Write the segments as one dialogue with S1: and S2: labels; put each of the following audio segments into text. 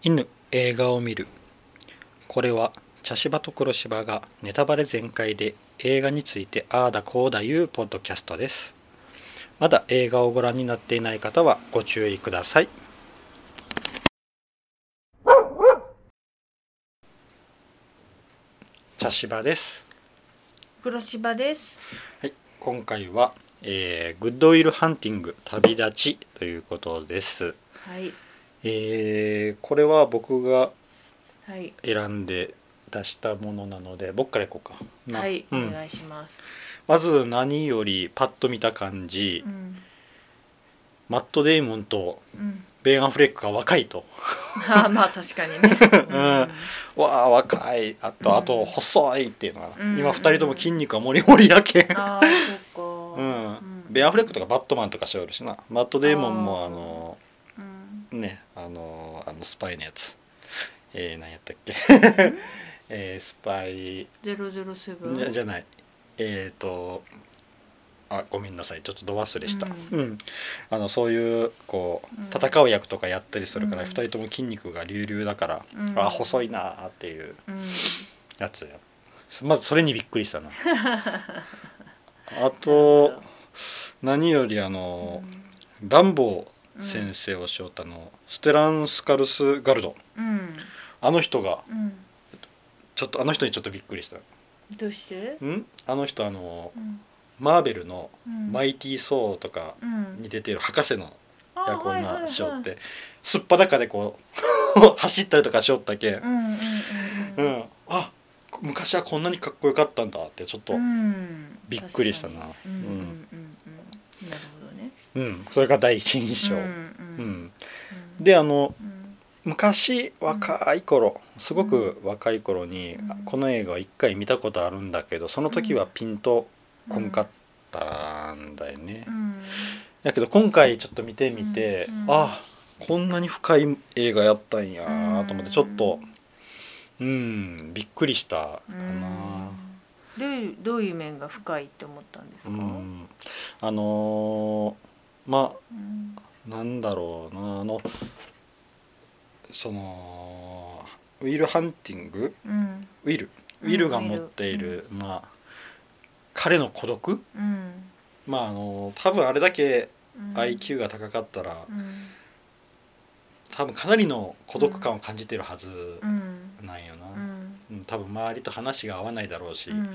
S1: 犬映画を見るこれは茶芝と黒芝がネタバレ全開で映画についてああだこうだいうポッドキャストですまだ映画をご覧になっていない方はご注意ください茶芝です
S2: 黒芝です。
S1: 今回は、えーグッドウィルハンティング旅立ち」ということです、
S2: はい。
S1: えーこれは僕が
S2: はい。
S1: 選んで出したものなので僕からいこうかな
S2: はい、
S1: う
S2: お
S1: ん、
S2: 願いします。
S1: まず何よりパッと見た感じ、
S2: うん。
S1: マット・デイモンと
S2: うん。
S1: ベン・アフレックが若いと
S2: ああ、まあ、確かにね。
S1: わあ若いあと、
S2: うん
S1: あと細いっていうのかな、
S2: うん
S1: 今2人とも筋肉がモリモリやけん
S2: うん、ああ、そっ
S1: う
S2: か。
S1: んベン・アフレックとかバットマンとかしおるしなマット・デイモンもあ
S2: あー
S1: の
S2: うん。
S1: ねあのあのスパイのやつえー、何やったっけ、 えースパイ
S2: ゼロゼロセブン。
S1: じゃじゃないえっ、とあごめんなさいちょっとど忘れした、う
S2: うん
S1: あのそういうこ
S2: うん
S1: う戦う役とかやったりするから、
S2: うん
S1: 2人とも筋肉が隆々だから、
S2: うん
S1: あ細いなーっていう
S2: うん。
S1: やつやまずそれにびっくりした なあと何よりあの、ランボー先生をしよったの、ステランスカルス・ガルド
S2: うん。
S1: あの人が
S2: うん。
S1: ちょっとあの人にちょっとびっくりした
S2: どうして。
S1: んあの人あの
S2: うん。
S1: マーベルの「
S2: うん
S1: マイティー・ソー」とか
S2: うん
S1: に出ている博士の
S2: あ
S1: 役を
S2: はいはいは
S1: 今
S2: い
S1: しよってすっぱだかでこう 走ったりとかしよったけ
S2: うん。うん。
S1: う
S2: うん。
S1: んあ昔はこんなにかっこよかったんだってちょっと
S2: うん。
S1: びっくりしたな
S2: 確かにうん。うん。うん。うん。なるほどね。
S1: うんそれが第一印象
S2: うん
S1: う。
S2: うん。
S1: んであの
S2: うん。
S1: 昔若い頃すごく若い頃に
S2: うん
S1: この映画を一回見たことあるんだけどその時はピンとこんかったんだよね
S2: うん。
S1: だけど今回ちょっと見てみて
S2: うんうん
S1: あこんなに深い映画やったんやと思ってちょっとうんびっくりしたかな
S2: うんどういうどういう面が深いって思ったんです
S1: う
S2: か、うん
S1: んあのーまあなんだろうなあのそのウィル・ハンティング
S2: うん
S1: ウィル
S2: う
S1: ウ
S2: ん
S1: ィルが持っている、まあ彼の孤独
S2: うん
S1: まああの多分あれだけ
S2: うん
S1: IQ が高かったら、
S2: うん
S1: 多分かなりの孤独感を感じてるはず
S2: うん
S1: なんよな、
S2: うんうん
S1: うん多分周りと話が合わないだろうし、
S2: うん
S1: う
S2: うん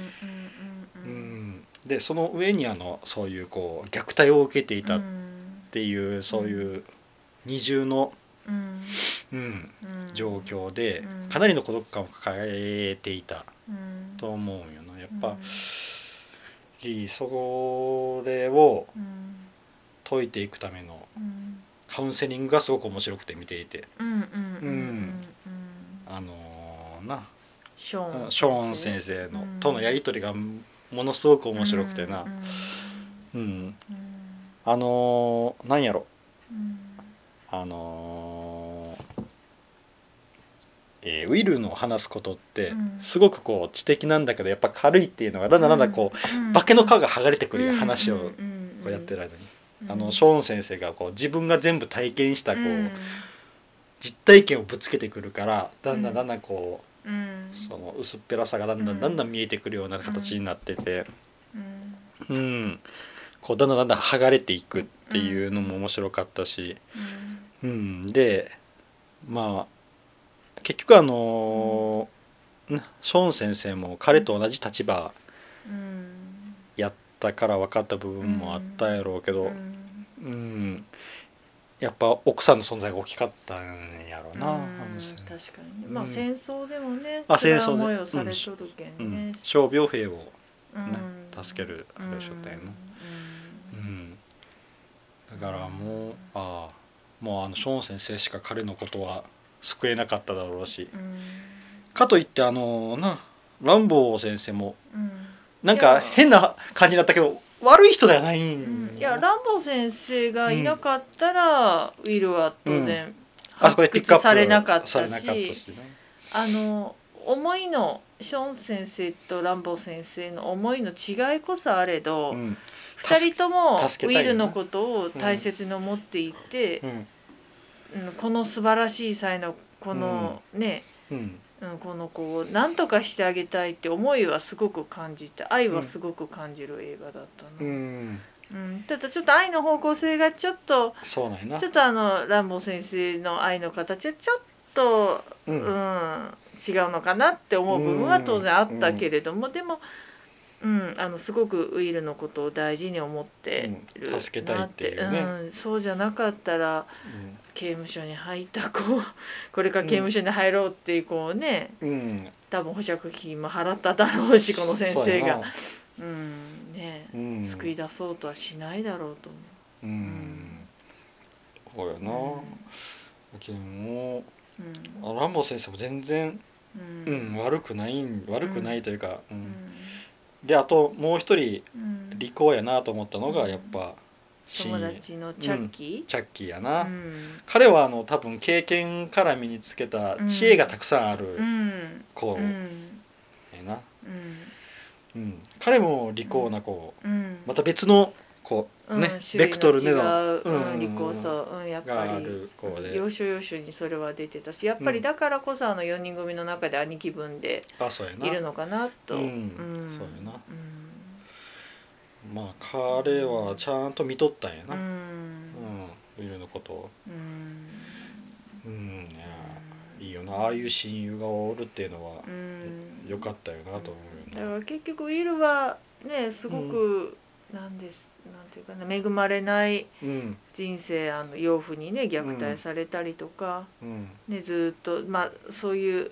S2: うん
S1: んでその上にあのそういうこう虐待を受けていたっ
S2: うん
S1: ていう、そういう二重の、
S2: うん
S1: うん、
S2: うん
S1: 状況で、
S2: うん
S1: かなりの孤独感を抱えていた
S2: うん
S1: と思うんよなやっ
S2: う
S1: ぱ
S2: ん
S1: りそれを
S2: うん
S1: 解いていくための
S2: うん
S1: カウンセリングがすごく面白くて見ていて
S2: うんうんうんうん
S1: うん
S2: うん
S1: あのーな
S2: ショーン
S1: ショーン先生の、
S2: うん
S1: とのやり取りがものすごく面白くてな
S2: うん、
S1: うん、
S2: うん
S1: あのーなんやろ
S2: うん
S1: あのーえーウィルの話すことって
S2: うん
S1: すごくこう知的なんだけどやっぱ軽いっていうのがだんだんだんだんこ
S2: う
S1: うん化けの皮が剥がれてくるよ
S2: うん
S1: 話を
S2: うん
S1: こ
S2: うん
S1: うやってる間に
S2: うん
S1: あのショーン先生がこう自分が全部体験したこ
S2: うん
S1: う実体験をぶつけてくるからだんだんだんだんこ
S2: うん
S1: うその薄っぺらさがだんだんだんだん見えてくるような形になってて
S2: うん
S1: うんこうだんだんだんだん剥がれていくっていうのも面白かったし。
S2: うん
S1: うん、でまあ結局あのーなショーン先生も彼と同じ立場
S2: うん
S1: やったから分かった部分もあったやろうけど、
S2: う
S1: うん
S2: ん
S1: やっぱ奥さんの存在が大きかったんやろうな、
S2: う
S1: あ
S2: ん
S1: の先
S2: 確かにね
S1: う
S2: まあ
S1: ん
S2: 戦争でもね
S1: あ
S2: 辛い
S1: 戦争で
S2: 思いをされとるけ
S1: うん
S2: ね
S1: ん、傷病兵をね、
S2: うん
S1: 助けるあれをしよったよな、う
S2: うん
S1: ん、だからもうああもうあのショーン先生しか彼のことは救えなかっただろうし
S2: うん
S1: かといってあのなランボー先生も
S2: うん
S1: なんか変な感じだったけど悪い人ではないん
S2: うんい
S1: や
S2: や
S1: な
S2: ランボー先生がいなかったらウィルは当然
S1: あそこでピックアップ
S2: されなかった
S1: されなかった
S2: し
S1: しね
S2: あの思いのショーン先生とランボー先生の思いの違いこそあれど、
S1: うん
S2: 2人ともウ
S1: 助けた
S2: ィ
S1: いよ
S2: ル
S1: な
S2: のことを大切に思っていて
S1: う、ん
S2: うんこの素晴らしい才能この、ね、
S1: うん
S2: うん、この子を何とかしてあげたいって思いはすごく感じて愛はすごく感じる映画だった
S1: う
S2: な、
S1: ん
S2: うんただちょっと愛の方向性がちょっと
S1: そうなんやな
S2: ちょっとあのランボー先生の愛の形はちょっと、
S1: う
S2: うん
S1: ん
S2: 違うのかなって思う部分は当然あったけれども、でも、うん、あのすごくウイルのことを大事に思ってる
S1: う
S2: なって,、
S1: ん助けたいっていうね
S2: ん、そうじゃなかったら刑務所に入った子 これから刑務所に入ろうっていう子をね、
S1: うんうん
S2: 多分保釈金も払っただろうしこの先
S1: そう
S2: 生
S1: や
S2: が
S1: な
S2: うんね
S1: う
S2: え、
S1: ん
S2: 救い出そうとはしないだろうと
S1: うんそうやな
S2: 思う
S1: けんも
S2: うん
S1: うあランボー先生も全然
S2: うん
S1: う
S2: うんん
S1: 悪くないん悪くないというかう
S2: うんん
S1: であともう一人
S2: うん
S1: 利口やなと思ったのがやっぱシ
S2: 友
S1: ン
S2: 達のチャッキ
S1: チャッキーや
S2: ー
S1: な
S2: うん
S1: 彼はあの多分経験から身につけた知恵がたくさんある
S2: うん
S1: 子
S2: う
S1: や
S2: ん
S1: な、
S2: うん
S1: うん、彼も利口な子
S2: うん
S1: また別の子
S2: うん
S1: ねベ
S2: 種類の
S1: クトルね
S2: 違
S1: の
S2: う
S1: うん
S2: うん利口さうんやっぱ
S1: があ
S2: り
S1: る子で
S2: 要所要所にそれは出てたしやっぱ
S1: う
S2: り
S1: ん
S2: だからこそあの4人組の中で兄貴分で
S1: あそうや
S2: いる
S1: な
S2: のかなと、
S1: うんそうやな
S2: うん
S1: まあ彼はちゃんと見とったんやな
S2: う
S1: うん
S2: ん
S1: ウィルのことを
S2: うん
S1: うんいやいいよなああいう親友がおるっていうのは
S2: うん
S1: 良かったよなと思う
S2: だ
S1: よ
S2: か
S1: な
S2: ら結局ウィルはねすごく、なんですなんていうかな恵まれない
S1: うん
S2: 人生あの養父にね虐待されたりとか、
S1: うん
S2: ねずっとまあそういう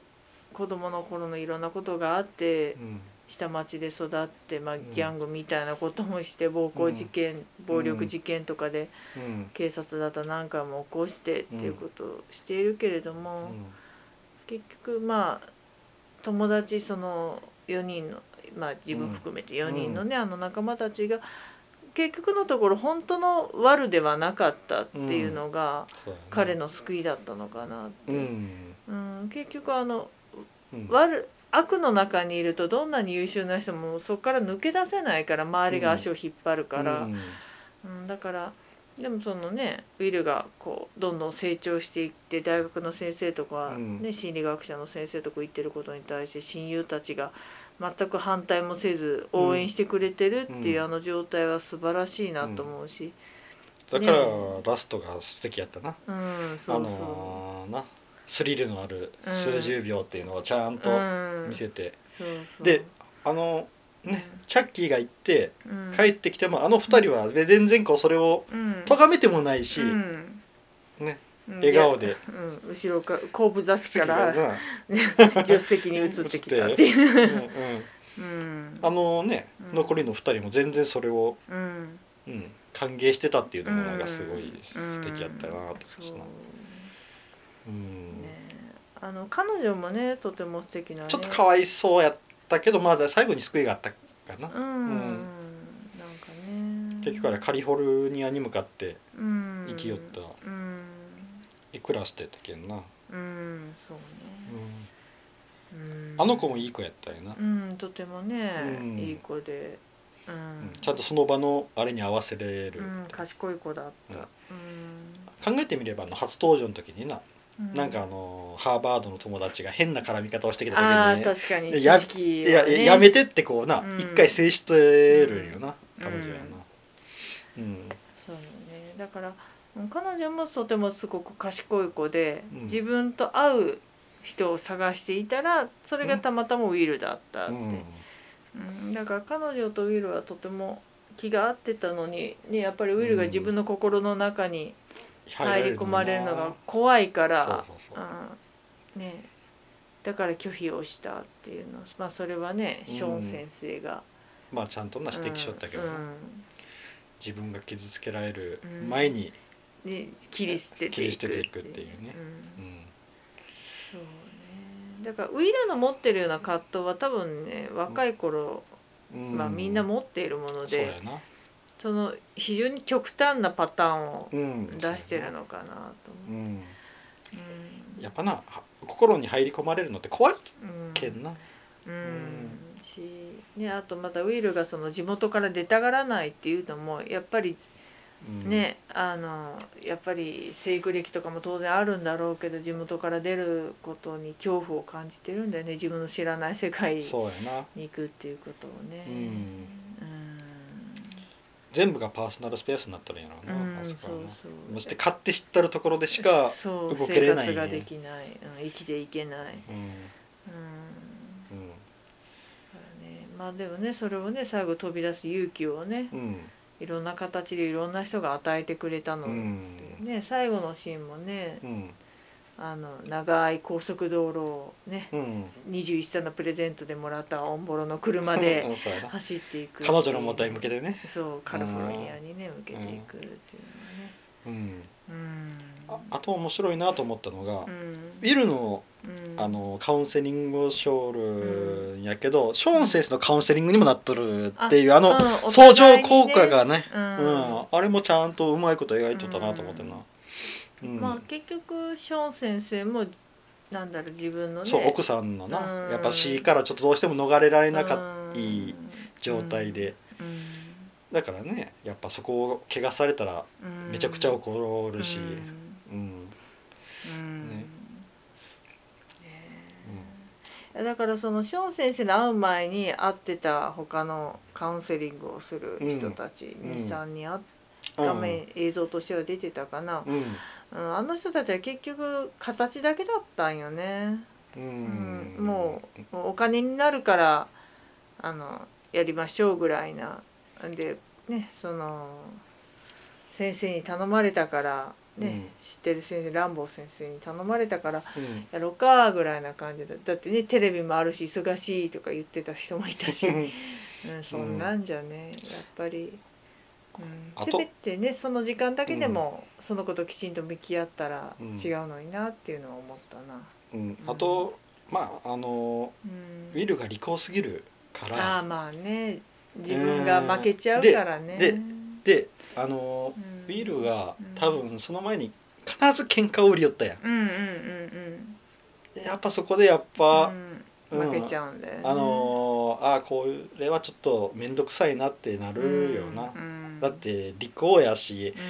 S2: 子供の頃のいろんなことがあって、
S1: うん
S2: 下町で育って、まあ、
S1: ん
S2: ギャングみたいなこともして暴行事件、暴力事件とかで
S1: うん
S2: 警察だったら何回も起こしてっていうことをしているけれど
S1: う
S2: も、
S1: ん
S2: 結局まあ友達その4人のまあ自
S1: うん
S2: 分含めて4人のね、あの仲間たちが結局のところ本当の悪ではなかったっていうのが
S1: そうやな
S2: 彼の救いだったのかなって、
S1: うん
S2: うん結局あの
S1: うん
S2: 悪悪の中にいるとどんなに優秀な人もそこから抜け出せないから周りが足を引っ張るから、
S1: うん
S2: うん、だからでもそのねウィルがこうどんどん成長していって大学の先生とか、
S1: う
S2: ね
S1: ん
S2: 心理学者の先生とか行ってることに対して親友たちが全く反対もせず応援してくれてるっていううんあの状態は素晴らしいなと思うし、
S1: だからラストが素敵やったな
S2: うん
S1: あ
S2: そうそ
S1: のーなスリルのある
S2: うん
S1: 数十秒っていうのをちゃん
S2: う。
S1: と
S2: うん
S1: 見せて
S2: そうそう
S1: であのねチャッキーが行って
S2: うん
S1: 帰ってきてもあの二人は全然こうそれを
S2: うん
S1: 咎めてもないし
S2: うん
S1: ね
S2: うん
S1: 笑顔で
S2: いやうん、後ろか後部座席から
S1: 好
S2: 助手席に移ってきたってい
S1: きだ
S2: う。
S1: なうんうん
S2: うん
S1: あのね
S2: うん
S1: 残りの二人も全然それを
S2: うん
S1: うん歓迎してたっていうのもなんかすごい素敵やったなと思いまし
S2: うん
S1: たなう
S2: そうね
S1: ん
S2: あの彼女もねとても素敵な、ね、
S1: ちょっとかわいそうやったけどまだ最後に救いがあったかな
S2: うん、
S1: うん
S2: なんかね
S1: 結局あれカリフォルニアに向かって
S2: うん
S1: 生きよった
S2: うん
S1: いくらしてたけんな、
S2: うんそうね、うん
S1: あの子もいい子やったよな、
S2: うんとてもね、
S1: うん
S2: いい子で、うん
S1: うんちゃんとその場のあれに合わせれる、
S2: うん、賢い子だった、
S1: うん
S2: う
S1: 考えてみればあの初登場の時にな、
S2: ん
S1: なんかあのハーバードの友達が変な絡み方をしてきた
S2: あ
S1: 時
S2: ー
S1: に、
S2: 確かに
S1: いや
S2: 知識
S1: いや
S2: をね
S1: いややめてってこうな
S2: うん
S1: 一、回制してるんよな、
S2: うん
S1: 彼女やなうん
S2: そうねだからうん彼女もとてもすごく賢い子で、
S1: うん
S2: 自分と合う人を探していたらそれがたまたまウィルだったって、
S1: う
S2: うんんだから彼女とウィルはとても気が合ってたのに、ね、やっぱりウィルが自分の心の中に入り込まれるのが怖いか、
S1: からそうそう
S2: う
S1: そうん
S2: ね、だから拒否をしたっていうの、まあ、それはねショーン先生が、
S1: まあちゃんとな指摘しよったけどな、
S2: うん
S1: 自分が傷つけられる
S2: うん
S1: 前に、
S2: うんで切り捨てていく
S1: 切り捨てていくっていうね
S2: う
S1: う
S2: ん
S1: ん
S2: そうねだからウイラの持ってるような葛藤は多分ね若い頃、
S1: うん
S2: まあ、みんな持っているもの
S1: そう
S2: で、
S1: やな、
S2: その非常に極端なパターンを
S1: うん、
S2: 出してるのかなと
S1: う
S2: 思
S1: ん、
S2: う、うん、
S1: やっぱなは心に入り込まれるのって怖い
S2: うん
S1: けんな、
S2: うんんしね、あとまたウイルがその地元から出たがらないっていうのもやっぱり
S1: うん
S2: ねあのやっぱり生育歴とかも当然あるんだろうけど地元から出ることに恐怖を感じてるんだよね自分の知らない世界に
S1: そうやな
S2: 行くっていうことをね。
S1: うん
S2: うん
S1: 全部がパーソナルスペースになってるんやろうな、
S2: うん
S1: あ
S2: そ
S1: そうこはな
S2: そう
S1: そして買って知ったるところでしか
S2: そう
S1: 動けれない
S2: 生活ができない、うん、生きていけない、うん、だか
S1: うん
S2: らねまあでもねそれをね最後飛び出す勇気をね
S1: うんうん
S2: いろんな形でいろんな人が与えてくれたの、
S1: うん
S2: ね最後のシーンもね
S1: うん
S2: あの長い高速道路をね
S1: うん
S2: 21歳のプレゼントでもらったオンボロの車
S1: う
S2: で
S1: んそうやな
S2: 走っていく
S1: 彼女の元へ向けてね
S2: そうカリフォルニアにね向けていくっていう
S1: うん
S2: のはね
S1: ああと面白いなと思ったのが、
S2: うん
S1: ビルの
S2: うんうん
S1: あのカウンセリングをしょるんやけど、ショーン先生のカウンセリングにもなっとるっていうあの
S2: うん
S1: 相乗効果がね、う
S2: お互いにねうん
S1: ん、あれもちゃんとうまいこと描いとったなと思ってんな、うん
S2: まあ結局ショーン先生もなんだろう自分のね
S1: そう奥さんのな、
S2: うん
S1: やっぱ死からちょっとどうしても逃れられなかった
S2: っ
S1: いい状態で、だからねやっぱそこを怪我されたらめちゃくちゃ怒るし、うん
S2: うん
S1: ね
S2: えだからそのショーン先生に会う前に会ってた他のカウンセリングをする人たち
S1: うん
S2: 23人あ
S1: うん
S2: 画面映像としては出てたかな、
S1: うん
S2: うん、あの人たちは結局形だけだったんよね
S1: うん
S2: うんももうお金になるからあのやりましょうぐらいなでねその先生に頼まれたから、ね
S1: うん
S2: 知ってる先生ランボー先生に頼まれたから
S1: うん、
S2: やろうかぐらいな感じだだってねテレビもあるし忙しいとか言ってた人もいたし、うん、そんなんじゃねやっぱり。うん、
S1: あ
S2: せ
S1: と
S2: めてねその時間だけでも、そのこときちんと向き合ったら
S1: うん
S2: 違うのになっていうのは思ったな。
S1: うんあとまああの
S2: うん
S1: ウィルが利口すぎるか
S2: ああ
S1: ら
S2: まあね自分が負けちゃうからね。
S1: ででであの
S2: うん
S1: ウィルが
S2: うん
S1: 多分その前に必ず喧嘩を売りよったやん
S2: うんうんうん
S1: やっぱそこでやっぱ、
S2: うん、
S1: うん
S2: 負けちゃうんだよね、
S1: あのーああこれはちょっと面倒くさいなってなるよな、
S2: うん
S1: だっ、て利口やし
S2: うん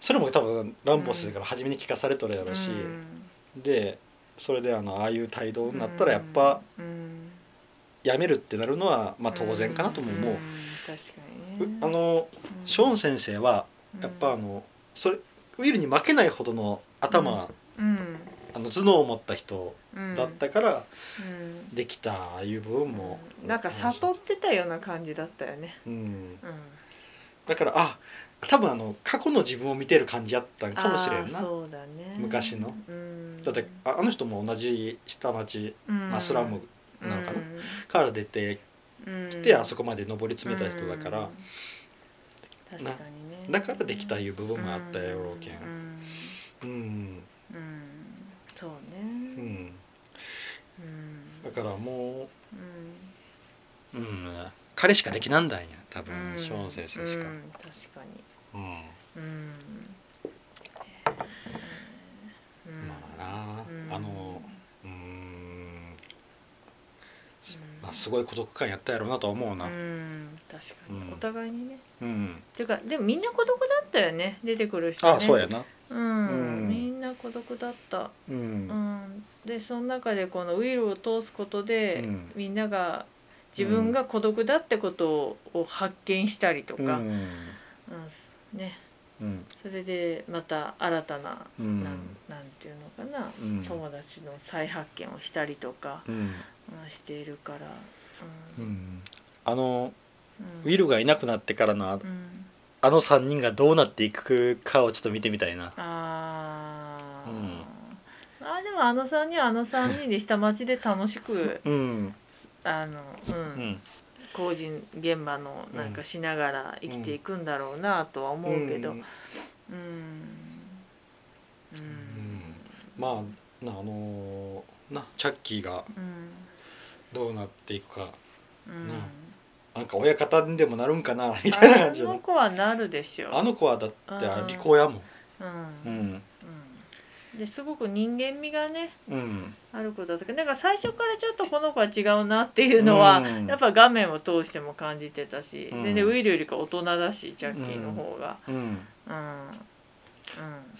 S1: それも多分ランボスから初めに聞かされとるやろし、でそれであのああいう態度になったらやっぱ、
S2: うん
S1: やめるってなるのはまあ当然かなとも思う、
S2: ん確かにね
S1: うあのショーン先生はやっぱあ
S2: うん
S1: のそれウィルに負けないほどの頭、
S2: うん
S1: あの頭脳を持った人
S2: うん、
S1: だったから
S2: うん
S1: できたああいう部分も、
S2: うんなんか悟ってたような感じだったよね、
S1: うん、
S2: うん、
S1: だからあ多分あの過去の自分を見てる感じやったんかもしれん
S2: あー
S1: な
S2: そうだね
S1: 昔の、
S2: うん、
S1: だってああの人も同じ下町、
S2: うん、
S1: まあ、スラムなのかなから出て
S2: うん、
S1: き
S2: で
S1: てあそこまで上り詰めた人だから、
S2: 確かにね
S1: だからできた
S2: よ
S1: いう部分もあったやろうけん
S2: うん、
S1: うん
S2: うんうんそうね
S1: うん、
S2: うん
S1: だからも
S2: う
S1: う、う
S2: ん
S1: ん、彼しかできなんだんや多分、
S2: うん
S1: ショーン先生しか
S2: う、ん、確か
S1: うん
S2: にうんうん
S1: まあ
S2: うん
S1: なあのうん、す
S2: うん
S1: まあ、すごい孤独感やったやろうなとは思うな
S2: うん確かに、
S1: うん
S2: お互いにね
S1: うん、
S2: ていうかでもみんな孤独だったよね出てくる人、ね、
S1: ああそうやな
S2: うん、
S1: うん
S2: みんな孤独だった
S1: うん
S2: うん、でその中でこのウィルを通すこと
S1: う
S2: で、
S1: ん
S2: みんなが自分が孤独だってことをを発見したりと
S1: う
S2: か、うん
S1: ん
S2: ね、
S1: うん
S2: それでまた新たな,、
S1: うん
S2: なんなんていうのかな、
S1: うん
S2: 友達の再発見をしたりとか、
S1: うん
S2: うんしているから、
S1: う
S2: うん
S1: んあの
S2: うん
S1: ウィルがいなくなってからのあ
S2: うん、
S1: あの3人がどうなっていくかをちょっと見てみたいな
S2: あー、
S1: うん
S2: あでもあの3人はあの3人で下町で楽し く
S1: うん
S2: あの、
S1: う
S2: うん
S1: ん
S2: 工事現場のなんかしながら生きていくんだろうなとは思うけどうん
S1: ん
S2: うん
S1: まあなあのーなチャッキーが
S2: うん
S1: どうなっていくか
S2: うん
S1: ななんか親方にでもなるんかなみたいな
S2: あ
S1: 感じ
S2: の
S1: の
S2: 子はなるでしょう
S1: あの子はだってあ
S2: うん
S1: 利口やもん
S2: うん
S1: う
S2: うん
S1: ん
S2: ですごく人間味がね
S1: うん
S2: ある子だったけどなんか最初からちょっとこの子は違うなっていうのは、
S1: うん
S2: やっぱ画面を通しても感じてたし、
S1: うん
S2: 全然ウィルよりか大人だしジャッキーの方が、
S1: うん
S2: うんうん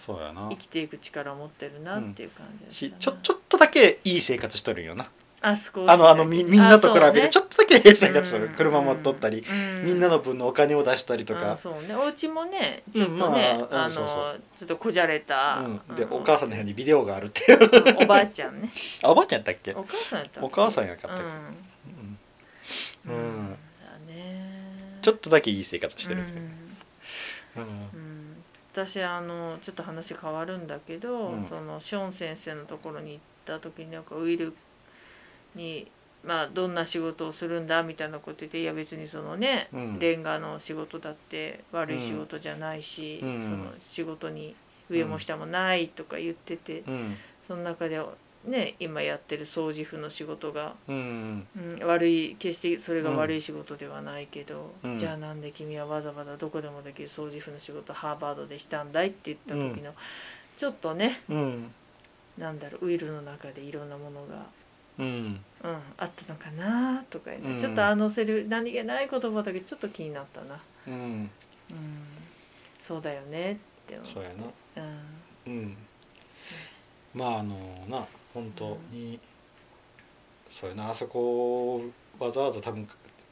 S1: そうやな
S2: 生きていく力を持ってるなっていう感じです
S1: し
S2: ね
S1: ちょちょっとだけいい生活しとるんよな
S2: あそこ
S1: あのあのみみんなと比べてち
S2: っ
S1: ょっとだけいい生活しとる車も取ったり、みんなの
S2: と
S1: 分のお金を出したりとか、
S2: そうねお家もねちょっとね、
S1: うんまあう
S2: あの
S1: んそうそう
S2: ちょっとこじゃれた、
S1: うん、で
S2: うん
S1: お母さんの部屋にビデオがあるって いう
S2: うんおばあちゃんね
S1: あおばあちゃんやったっけ
S2: お母さんやったっけ
S1: お母さんやかったっけ
S2: うん、
S1: うん
S2: うんだね
S1: ちょっとだけいい生活してる
S2: う
S1: みたいな、
S2: ん
S1: うん
S2: うん私あのちょっと話変わるんだけど、
S1: うん
S2: そのショーン先生のところに行った時になんかウィルに、まあ、どんな仕事をするんだみたいなこと言っていや別にそのね、
S1: うん
S2: レンガの仕事だって悪い仕事じゃないし、
S1: うん
S2: その仕事に上も下もないとか言ってて、
S1: うん
S2: その中で、ね、今やってる掃除婦の仕事が
S1: うん
S2: うん、悪い決してそれが悪い仕事ではないけど、
S1: うん
S2: じゃあなんで君はわざわざどこでもできる掃除婦の仕事ハーバードでしたんだいって言った時の、ちょっとね
S1: うん
S2: なんだろうウイルの中でいろんなもの
S1: うん
S2: が、うん、あったのかなとか、ね
S1: うん
S2: ちょっとあのセリフ何気ない言葉だけちょっと気になったな、
S1: うん
S2: うん、そうだよねって思
S1: そうやな
S2: うん
S1: うんまああのな本当に、そうやなあそこをわざわざ多分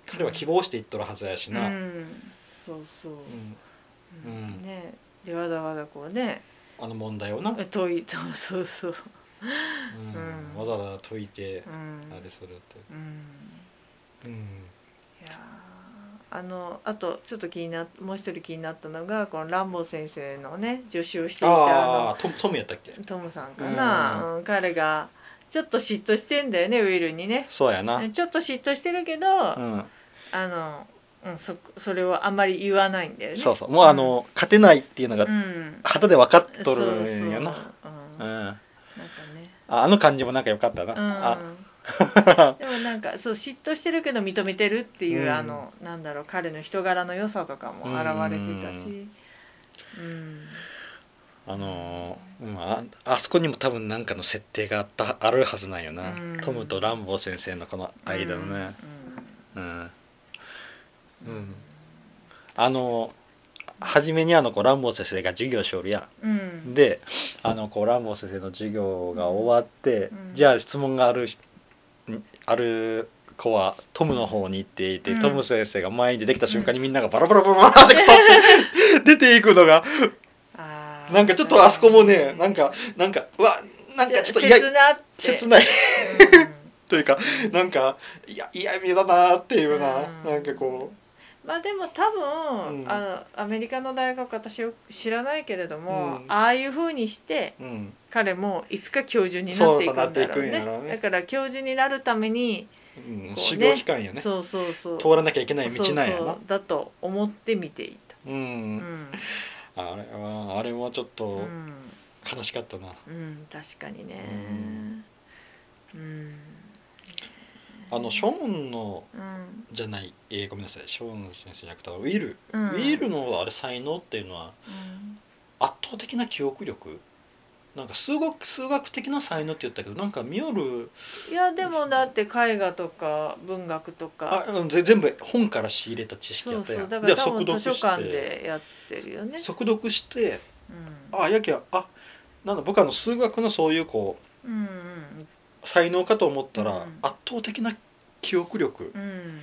S1: 彼は希望していっとるはずやしな、
S2: うん、そうそう、
S1: うんうん
S2: ねでわざわざこうね
S1: あの問題をな、うん
S2: 遠いとそうそう、うん
S1: わざわざ解いて
S2: うん、
S1: あれするって、
S2: うん
S1: うん
S2: いやーあのあとちょっと気になもう一人気になったのがこのランボー先生のね助手をしていた
S1: あ
S2: あ
S1: あトムトムやったっけ
S2: のトムさんかな、うん彼がちょっと嫉妬してんだよねウィルにね
S1: そうやな、
S2: ちょっと嫉妬してるけど、
S1: うん
S2: あの、うん、そそれをあんまり言わないんだよね
S1: そうそうもうあの、勝てないっていうのが
S2: うん
S1: 肌で分かっと
S2: そう
S1: る
S2: そうんう
S1: よ
S2: ん、な
S1: な
S2: んか
S1: うんあ
S2: ね
S1: あの感じもなんかよかったな、
S2: うん
S1: あ
S2: でもなんかそう嫉妬してるけど認めてるっていう、
S1: うん
S2: あのなんだろう彼の人柄の良さとかも現れてたし、うん、
S1: あのーうんああそこにも多分なんかの設定があったあるはずなんよな、
S2: うん
S1: トムとランボー先生のこの間のねうん、うんあのー初めにあの子ランボー先生が授業しおるや
S2: うんうん
S1: んであの子ランボー先生の授業が終わって、
S2: うん
S1: じゃあ質問があるしんある子はトムの方に行っていて、
S2: うん
S1: トム先生が前に出てきた瞬間にみんながバラバラバラバ ラってこう出ていくのが
S2: あー
S1: なんかちょっとあそこもね、なんか、なんか、うわ、なんかちょっと嫌い
S2: 切なって
S1: 切
S2: な
S1: ないというか、なんか、いや、嫌味だなっていうな、
S2: うん
S1: なんかこ
S2: まあでも多分、
S1: うん
S2: あのアメリカの大学私よく知らないけれども、
S1: うん
S2: ああいう風にして
S1: う、うん、
S2: 彼もいつか教授になっていく
S1: そうそう
S2: んだろう
S1: なっていくん
S2: ね
S1: やろうね
S2: だから教授になるために、
S1: うん
S2: ね
S1: 修行期間やね、
S2: そうそうそう
S1: 通らなきゃいけない道なんや
S2: そう
S1: な
S2: そう。だと思って見ていた、
S1: う、
S2: うんん
S1: あれは、あれはちょっ
S2: う
S1: と
S2: ん
S1: 悲しかったな。
S2: うん、確かにねうん
S1: あの、ショーンの、
S2: うん
S1: じゃない、えーごめんなさい、ショーン先生じゃなくて、ウィル、
S2: うん
S1: ウィルのあれ才能っていうのは、
S2: うん
S1: 圧倒的な記憶力なんか数学数学的な才能って言ったけどなんかミオル
S2: いやでもだって絵画とか文学と
S1: あ
S2: か
S1: うんぜ全部本から仕入れた知識
S2: そ
S1: や
S2: う
S1: った
S2: そ
S1: や
S2: うんだから多分
S1: 速読
S2: 図書
S1: して
S2: 館でやってるよね。
S1: 速読して
S2: うん
S1: あやけんあなんだ僕あの数学のそういうこ
S2: うん
S1: う才能かと思ったら、
S2: うん
S1: 圧倒的な記憶力
S2: うんうん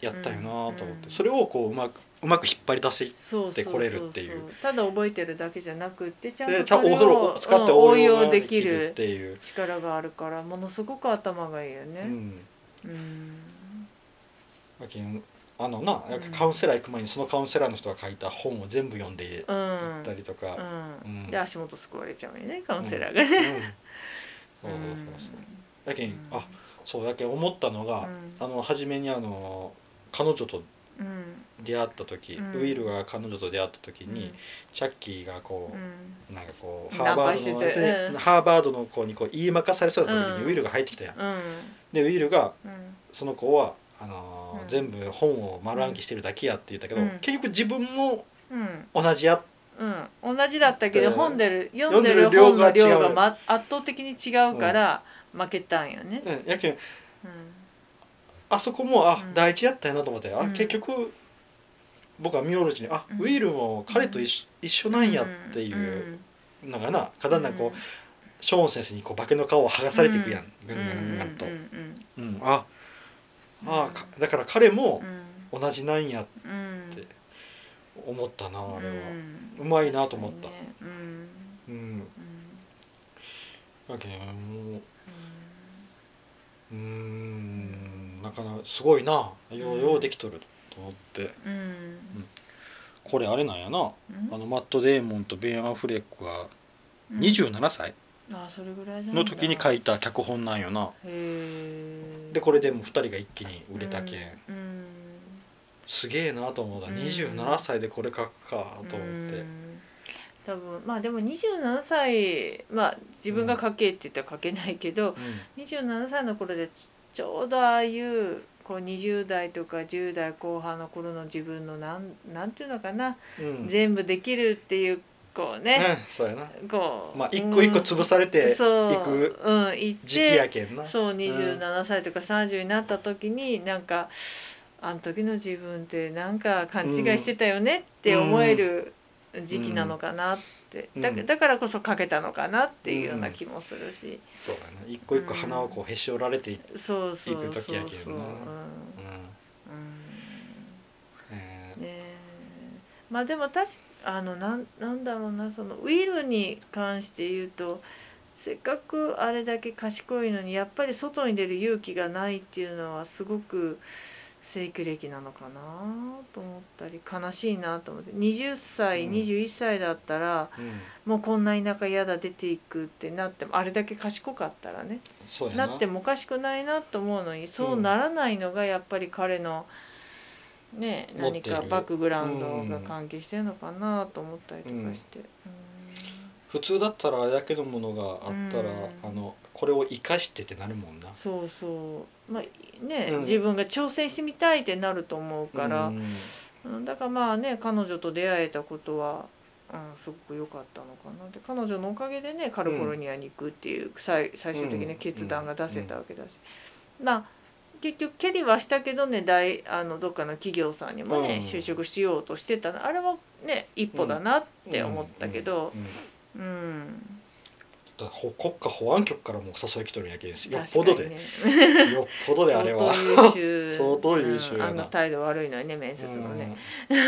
S1: やったよなと思って、
S2: うん
S1: それをこううまくうまく引っ張り出し
S2: そうそう
S1: で
S2: そう
S1: これるっていう
S2: そうただ覚えてるだけじゃなくってちゃん
S1: で
S2: と
S1: ちゃ
S2: そ
S1: んと
S2: れを
S1: を使って
S2: うん
S1: 応
S2: 応
S1: 用
S2: 用
S1: で
S2: で
S1: き
S2: き
S1: るっ
S2: る
S1: ていう、
S2: 力があるからものすごく頭がいいよ
S1: う
S2: ね。
S1: ん、
S2: うん
S1: やけんあのなやっぱ
S2: うん
S1: カウンセラー行く前にそのカウンセラーの人が書いた本を全部読んでいっ
S2: うん
S1: たりとか、
S2: う
S1: うん
S2: ん、で足元すくわれちゃうよねカウンセラーがね。
S1: うんそうそうそうそうやけ
S2: うんん
S1: あそうやけん思ったのが、
S2: うん
S1: あの初めにあの彼女と
S2: うん
S1: 出会った時、
S2: うん
S1: ウィルが彼女と出会った時に、チャッキーがこ
S2: う
S1: う、
S2: ん
S1: なんかこうハ
S2: ナ
S1: ー
S2: ン
S1: バ
S2: パ
S1: ード
S2: してて
S1: の、
S2: うん
S1: ハーバードの子にこう言い負かされそうだった時に、
S2: うん
S1: ウィルが入ってきたやん。
S2: うん
S1: でウィルが
S2: うん
S1: その子はあのー
S2: うん
S1: 全部本を丸暗記してるだけやって言ったけど、
S2: うん
S1: 結局自分も
S2: うん
S1: 同じやっ
S2: うん、同じだったけど
S1: で
S2: 本でる
S1: 読
S2: 読ん
S1: ん
S2: で
S1: で
S2: る
S1: る
S2: 本
S1: 量
S2: の
S1: が違う
S2: 量が、ま、圧倒的に違うから負けたんよね。
S1: うん、やけん
S2: うん
S1: あそこもあ
S2: うん
S1: 第一やったんやなと思って、あ
S2: うん
S1: 結局僕は見下ろしにあ、
S2: うん
S1: ウィルも彼と一緒一緒なんやっていうのがな、かだんだんこう、ショーン先生にこう化けの顔を剥がされていくやん、
S2: う
S1: ぐ
S2: ん
S1: んぐんぐんぐんと、
S2: う
S1: うん
S2: うんん
S1: ああかだから彼も同じなんや
S2: うんうん
S1: って思ったなあれは、
S2: うん
S1: うまいなと思った
S2: 確かにねうん
S1: うん
S2: う
S1: だ
S2: ん
S1: けんもううーんなかなかすごいなようようできとると思って
S2: うん
S3: これあれなんやな
S2: うん
S3: あのマット・デーモンとベン・アフレックが
S2: うん
S3: 27歳
S2: あそれぐらいなんだ
S3: の時に書いた脚本なんよな
S2: へ
S1: でこれでもう2人が一気に売
S2: 売
S1: れたけん、
S2: うんうん
S1: すげえなと思うた
S2: うん
S1: 27歳でこれ書くかと思って、
S2: うん多分まあでも27歳まあ自分が書けって言ったら書けないけど、27歳の頃でちちょうどああいうこう20代とか10代後半の頃の自分のなんなんていうのかな、
S1: うんうん
S2: 全部できるっていうこう
S1: うん
S2: ね、
S1: そうやな
S2: こう
S1: まあ一個一個潰されてい
S2: そう
S1: く
S2: うん行って
S1: 時期やけんな、
S2: そう27歳とか30になった時になんかあの時の自分ってなんか勘違いしてたよねって思える時期なのかなって、
S1: うん
S2: だ
S1: うん
S2: だからこそかけたのかなっていうような気もするし、
S1: そうやな一個一個花をこうへし折られていって、
S2: そうそうそう
S1: いい時やけ
S2: そう
S1: どな
S2: うん
S1: うんえ
S2: うんねえまあでも確かあのなんなんだろうなそのウィルに関して言うとせっかくあれだけ賢いのにやっぱり外に出る勇気がないっていうのはすごく正規歴なのかなと思ったり悲しいなと思って20歳、
S1: うん
S2: 21歳だったら
S1: ーうん、
S2: もうこんな田舎嫌だ出ていくってなってもあれだけ賢かったらね
S1: そうやな
S2: なってもおかしくないなと思うのにそうならないのがやっぱり彼の、ね
S1: 持っ
S2: 何
S1: てる
S2: かバックグラウンドが関係してるのかなと思ったりとかして。
S1: 普通だったらあれだけのものがあったら、
S2: うん
S1: あのこれを生かしてってなるもんな
S2: うんそうそうまあね、
S1: うん
S2: 自分が挑戦してみたいってなると思うから
S1: う、ん
S2: うんだからまあね彼女と出会えたことは、うん、すごく良かったのかなで彼女のおかげでねカルフォルニアに行くっていう最最終的
S1: う
S2: なん決断が出せたわけだし、まあ結局蹴りはしたけどね大あのどっかの企業さんにもね、
S1: うん
S2: 就職しようとしてたのあれはね一歩だなって思ったけど
S1: うんうん
S2: うん、
S1: だからほ国家保安局からも誘い来とるんやけんよ
S2: 確かにね
S1: っぽどで、よっぽどであれは
S2: 相当優秀
S1: 相当優秀やな
S2: うんあの態度悪いのにね面接のね
S1: うん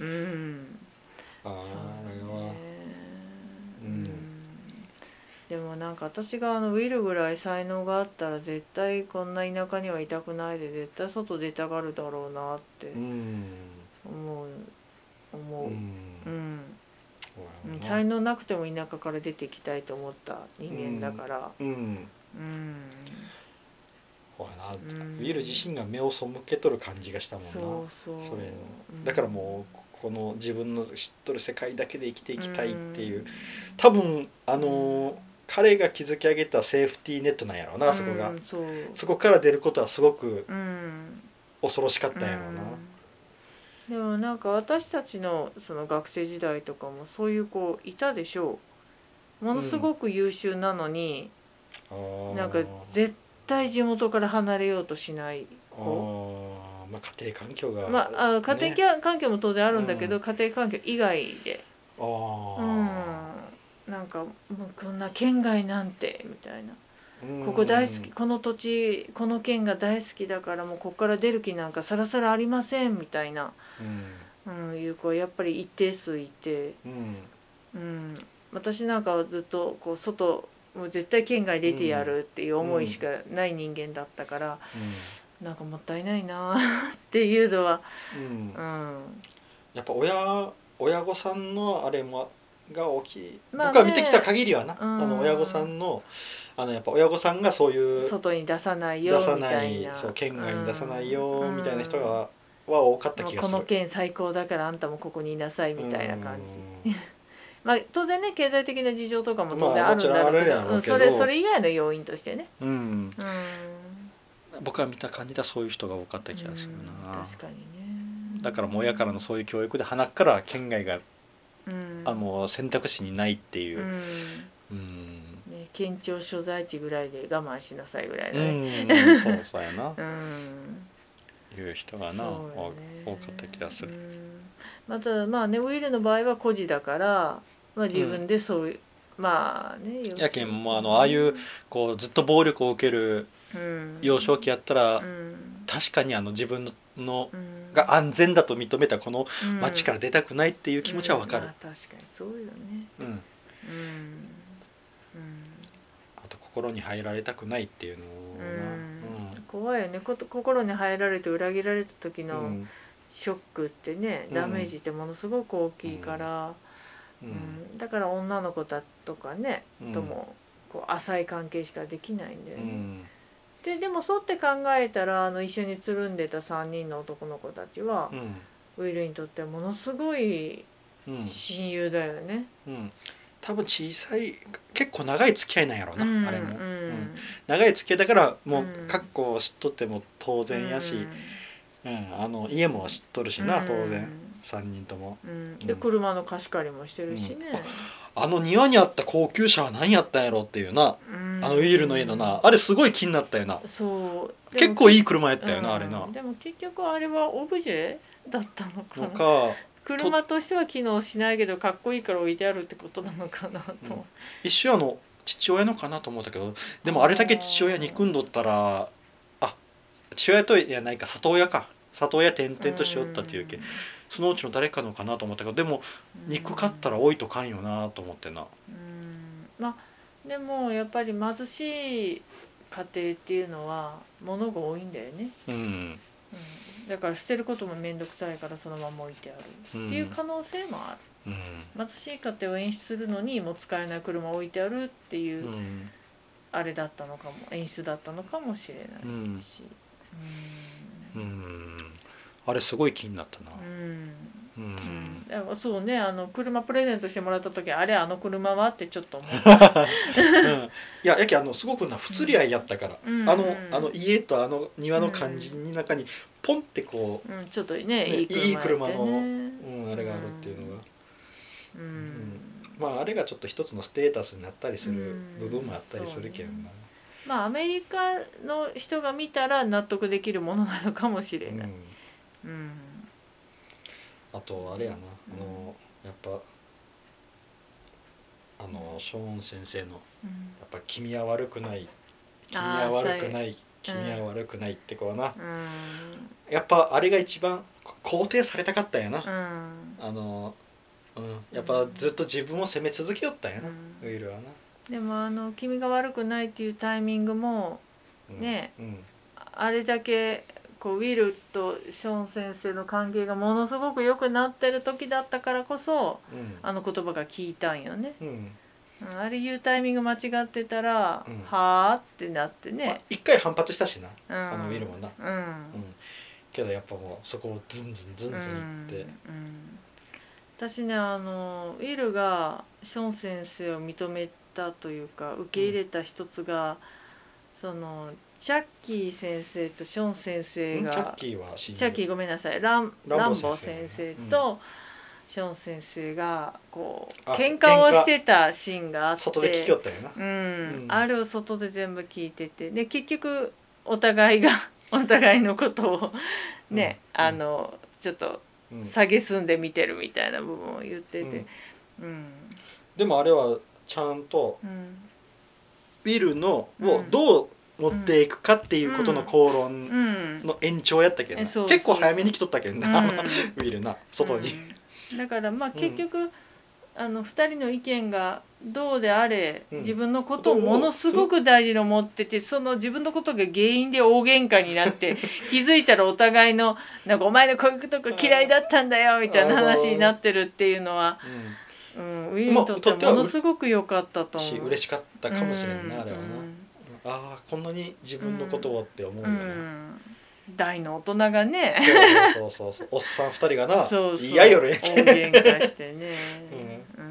S1: うん
S2: うん
S1: あ
S2: そう
S1: れ
S2: ね
S1: はうん
S2: でもなんか私があのウィルぐらい才能があったら絶対こんな田舎にはいたくないで絶対外出たがるだろうなって
S1: うん
S2: 思う
S1: う
S2: 思う、うん
S1: んそうやろな
S2: 才能なくても田舎から出ていきたいと思った人間だから
S1: うん
S2: うん、
S1: ほやな
S2: うん
S1: ウィル自身が目を背けとる感じがしたもんな
S2: そうそう
S1: それだからもうこの自分の知っとる世界だけで生きていきたいっていう、多分あのー彼が築き上げたセーフティーネットなんやろうなあそこが、
S2: うんそう
S1: そこから出ることはすごく
S2: うん
S1: 恐ろしかったんやろうな、
S2: うん、でもなんか私たちのその学生時代とかもそういう子いたでしょうものすごく優秀なのに、
S1: あー
S2: なんか絶対地元から離れようとしない
S1: あ
S2: 子
S1: ーまあ家庭環境が、
S2: まああ家
S1: ね
S2: 庭環境も当然あるんだけど、
S1: う
S2: 家庭環境以外で
S1: あ
S2: うん
S1: ー
S2: なんかもうこんな県外なんてみたいな
S1: うん
S2: ここ大好きこの土地この県が大好きだからもうここから出る気なんかさらさらありませんみたいな
S1: うん
S2: うん、いう子はやっぱり一定数いて、
S1: うん
S2: うん、私なんかはずっとこう外もう絶対県外出てやるっていう思いしかない人間だったから、なんかもったいないなっていうのは、
S1: うんうん
S2: うん、
S1: やっぱ親親御さんのあれもが大きい、
S2: まあね
S1: 僕は見てきた限りはな、
S2: うん
S1: あの親御さんのあのやっぱ親御さんがそういう
S2: 外に出さないよ
S1: 出
S2: み
S1: さな
S2: た
S1: い
S2: いな
S1: そう県外に出さないよ
S2: うん
S1: みたいな人が、は多かった
S2: もう
S1: 気が
S2: こ
S1: する
S2: の県最高だからあんたもここにいなさいみたいな感じ、
S1: うん
S2: まあ、当然ね経済的な事情とかも当然
S1: まあ
S2: あるんだろ
S1: もちろんあ
S2: うけど,、
S1: るやろ
S2: う、
S1: うんけど
S2: それそれ以外の要因としてね。
S3: うん
S2: うん
S3: 僕は見た感じではそういう人が多かった気がする
S2: うん
S3: な
S2: 確かにね
S3: だからもう親からのそういう教育で鼻から県外が
S2: うん
S1: あもう選択肢にないっていうう、
S2: ん
S1: うん
S2: ね、県庁所在地ぐらいで我慢しなさいぐらいの
S1: う
S2: ね
S1: ん、そうそうやな
S2: うん
S1: いう人がな、
S2: そうよね
S1: 多かった気がする
S2: う。んまたまあねウイルの場合は孤児だから、まあ、自分でそういう、まあね
S1: やけんもうあのああいう、こうずっと暴力を受ける
S2: うん、
S1: 幼少期やったら、
S2: うん
S1: 確かにあの自分の
S2: うん
S1: が安全だと認めたこの街から
S2: ら
S1: 出たくないっていう気持ちはわかる
S2: ま、あ、確かにそうよね
S1: うん
S2: うん
S1: あと心に入られたくないっていうの
S2: うん、
S1: な
S2: うん、怖いよねこと心に入られて裏切られた時
S1: うんう
S2: の
S1: ん
S2: ショックってね、
S1: うん
S2: ダメージってものすごく大きいから、
S1: う
S2: うん
S1: ん
S2: だから女の子だとかね、
S1: うん
S2: ともこう浅い関係しかできないんだよ
S1: う
S2: ね、
S1: ん
S2: ででもそうって考えたらあの一緒につるんでた3人の男の子たちは
S1: う、ん
S2: ウイルにとってものすごい
S1: うん
S2: 親友だよね、
S1: うん多分小さい結構長い付き合いなんやろうな、
S2: うん
S1: あれも、
S2: うん
S1: うん長い付き合いだからもう
S2: うん
S1: 格好知っとっても当然やし、うんあの家も知っとるし
S2: うん
S1: な当然、三3人とも
S2: うんで車の貸し借りもしてるしね、
S1: あの庭にあった高級車は何やったんやろっていうな
S2: うん
S1: あのウィールの家のな、あれすごい気になったよな
S2: そう
S1: 結構
S2: い
S1: いい車やったよな、あれな
S2: でも結局あれはオブジェだったのかな
S1: のか
S2: 車としては機能しないけどかっこいいから置いてあるってことなのかなと、
S1: うん一緒やの父親のかなと思ったけどでもあれだけ父親憎んどったらあ父親といやないか里親か里親転々としよったっていうけ、
S2: ん
S1: そのうちの誰かのかなと思ったけどでも憎かったら多いとかんよなと思ってな
S2: うんまあでもやっぱり貧しい家庭っていうのは物が多いんだよね、
S1: うん
S2: うん、だから捨てることも面倒くさいからそのまま置いてある
S1: う
S2: っていうん可能性もあ
S1: うん
S2: る貧しい家庭を演出するのにもう使えない車を置いてあるって
S1: う
S2: いうんあれだったのかも演出だったのかもしれ
S1: う
S2: なんいし
S1: うんあれすごい気になったな
S2: うんうん
S1: うん、
S2: うんだからそうねあの車プレゼントしてもらった時あれあの車はってちょっと思 った
S1: うんいややけあのすごくな不釣り合いやったから、
S2: うん
S1: あ
S2: う
S1: の
S2: ん
S1: あの家とあの庭の感じの中にポンってこ
S2: うん、ちょっとね
S1: ね
S2: いい車
S1: いい車の
S2: やってね
S1: う、うん、あれがあるっていうのが、
S2: うん
S1: まああれがちょっと一つのステータスになったりする
S2: うん
S1: 部分もあったりするけどな、
S2: まあアメリカの人が見たら納得できるものなのかもしれ
S1: うん
S2: ない、うん
S1: あとあれやなあ
S2: う
S1: のやっぱあのショーン先生のや
S2: うん
S1: っぱ「君は悪くない君
S2: あ
S1: は
S2: ー
S1: 悪くない
S2: そう
S1: 君
S2: や
S1: は悪くない」ってこうな、
S2: うん
S1: やっぱあれが一番こ肯定されたかったんやな、
S2: うん
S1: あの、うん、やっぱずっと自分を責め続けよったんやな、
S2: うん
S1: ウイルはな。
S2: でもあの「君が悪くない」っていうタイミングも
S1: うん
S2: ね
S1: うん
S2: あれだけこうウィルとショーン先生の関係がものすごく良くなってる時だったからこそ
S1: うん
S2: あの言葉が効いたんよね、
S1: うん
S2: うん、あれ言うタイミング間違ってたら「
S1: うん
S2: はあ」ってなって
S1: まあ
S2: ね、
S1: 一回反発したしな、
S2: うん、
S1: あのウィルもな、
S2: うん、
S1: うん、けどやっぱもうそこをズンズンズンズンいって、
S2: うんうん私ねあのウィルがショーン先生を認めたというか受け入れた一つが、そのチャッキー先生とショーン先生
S1: うんチャッ
S2: が
S1: キーは親友
S2: チャッキーごめんなさいラン
S1: ラ
S2: ラ
S1: ンボ
S2: ン
S1: ー
S2: ボー
S1: 先
S2: 先
S1: 生
S2: 生
S1: ね
S2: と、ショーン先生がこう
S1: あ
S2: 喧嘩を
S1: 喧嘩
S2: してたシーンがあって
S1: 外で聞きよったよな、
S2: うん
S1: うん
S2: あれを外で全部聞いててで結局お互いが お互いのことをね、
S1: うん
S2: あのちょっと
S1: うん
S2: 下げすんで見てるみたいな部分を言ってて、うん
S1: でもあれはちゃんと
S2: うん
S1: ウィルの
S2: うん
S1: をどう持っていくかっていうことの口
S2: うん
S1: 論
S2: うん
S1: の延長やったけどな、
S2: えそう
S1: 結構早めに来とったけどな、ウィルな外に、
S2: うんだからまあ
S1: ん
S2: 結局、あの2人の意見がどうであれ、
S1: うん
S2: 自分のことを
S1: どう思う
S2: ものすごく大事に思っててその自分のことが原因で大喧嘩になって気づいたらお互いの「なんかお前のこういうとこ嫌いだったんだよ」みたいな話になってるっていうのは、
S1: うん
S2: うん、ウィルにとってはものすごく良かったと
S1: し
S2: 思う。
S1: 嬉しかったかもしれんな、あれはな、
S2: うん
S1: ああこんなに自分のことをって思う
S2: う
S1: よな、
S2: ん大の大人がね
S1: そうそうそうそうおっさん二人がな
S2: そうそう
S1: 嫌よね、
S2: 大喧嘩してね、うん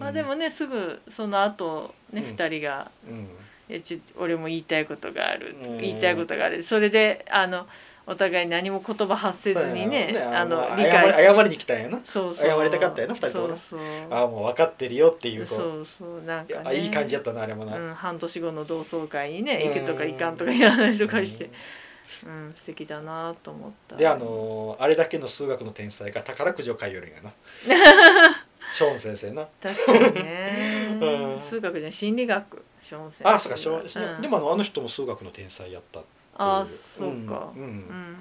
S2: まあでもねすぐその後ね、
S1: うん
S2: 2人が
S1: うん、
S2: えちょ「俺も言いたいことがある」
S1: うん
S2: 言いたいことがある」それであのお互い何も言葉発せずにね
S4: そうやな
S2: あの
S4: ま
S2: 理
S4: 謝り
S2: 解
S4: 謝りに来たんやな
S2: そうそう
S4: 謝りたかったよな二人ともな
S2: そう
S4: ああもう分かってるよってい
S2: そう
S4: うこ
S2: そううそうなん
S4: いや
S2: か、
S4: あ
S2: ね、
S4: いい感じやったなあれもな、
S2: うん、半年後の同窓会にね
S4: うん
S2: 行くとか行かんとかやらないとかして、うん素敵だなと思った
S4: であのーあれだけの数学の天才が宝くじを買いよるんやな ショーン先生な
S2: 確かにね、
S4: うん
S2: 数学じゃない心理学ショーン先生
S4: あそうかショーン、
S2: うん
S4: でもあのあの人も数学の天才やったっていう
S2: ああそうか
S4: うんうん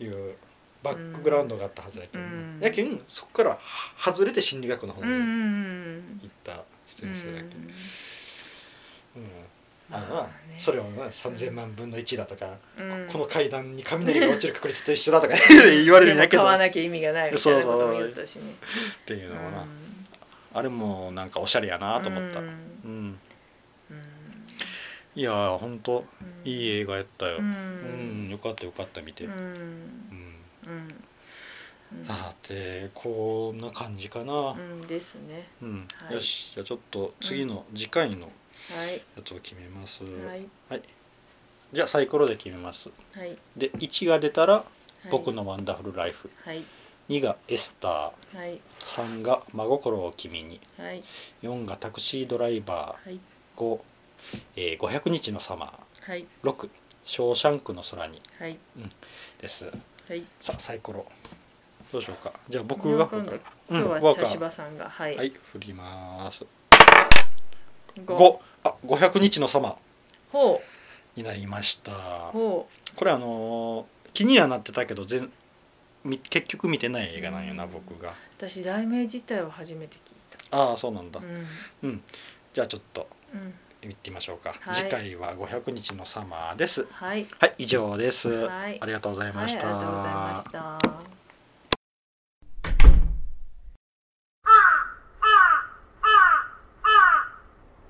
S2: うん
S4: いうバックグラウンドがあったはずやけど、
S2: うん
S4: やけんそこからは外れて心理学の方
S2: う
S4: に
S2: んう
S4: 行
S2: ん
S4: った先生だけど、
S2: うん
S4: うんあのな、
S2: まあね
S4: それをな3,000万分の1だとか、
S2: うん
S4: この階段に雷が落ちる確率と一緒だとか 言われるんやけ
S2: でも
S4: ど
S2: 買わ
S4: っ
S2: なきゃ意味がないみたいなことも言ったしね
S4: ていう
S2: う
S4: の
S2: ん
S4: はな、あれもなんかおしゃれやなと思った、
S2: う
S4: うんん
S2: うん
S1: いやーほんといい
S2: 絵
S1: 映画やったよ、
S2: う
S4: うん
S2: ん
S4: よかったよかった見て、
S2: う
S4: うん
S2: んうんうん
S4: さてこんな感じかな
S2: う、んですね
S1: うん
S2: はい
S4: よしじゃあちょっと次の次回の
S2: はい
S4: やつを決めます、
S2: はい
S1: じゃあサイコロで決めます
S2: はい
S1: で1が出たら「僕
S2: の
S1: のワンダフルライフ
S2: はい」
S1: 2が「エスター
S2: はい」
S1: 3が「真心を君に
S2: はい」
S1: 4が「タクシードライバ
S2: はい
S1: ー」5「えー500日のサマ
S2: はい
S1: ー」6「ショーシャンクの空に
S2: はい」
S1: です
S2: はい
S1: さあサイコロどうしようかじゃあ僕
S2: 今
S1: が
S2: 度
S1: うん
S2: 今日は
S1: ワーカ
S2: 茶
S1: ー
S2: 芝さんがは
S1: はい
S2: い
S1: 振ります
S2: 五
S1: 5あ500日の様
S2: ほ
S1: になりました
S2: うほ
S1: これあのー気にはなってたけど全み結局見てない映画なんよな
S2: うん
S1: 僕が
S2: う私題名自体を初めて聞い
S1: ああそうなんだ
S2: たうん
S1: じゃあちょっと
S2: うん
S1: 行ってみましょうか、
S2: はい
S1: 次回は500日のサマーです
S2: はい
S1: はい以上です、
S2: はい
S1: ありがとうござい
S2: はいあ
S1: ま
S2: り
S1: し
S2: が
S1: た、
S2: とうございました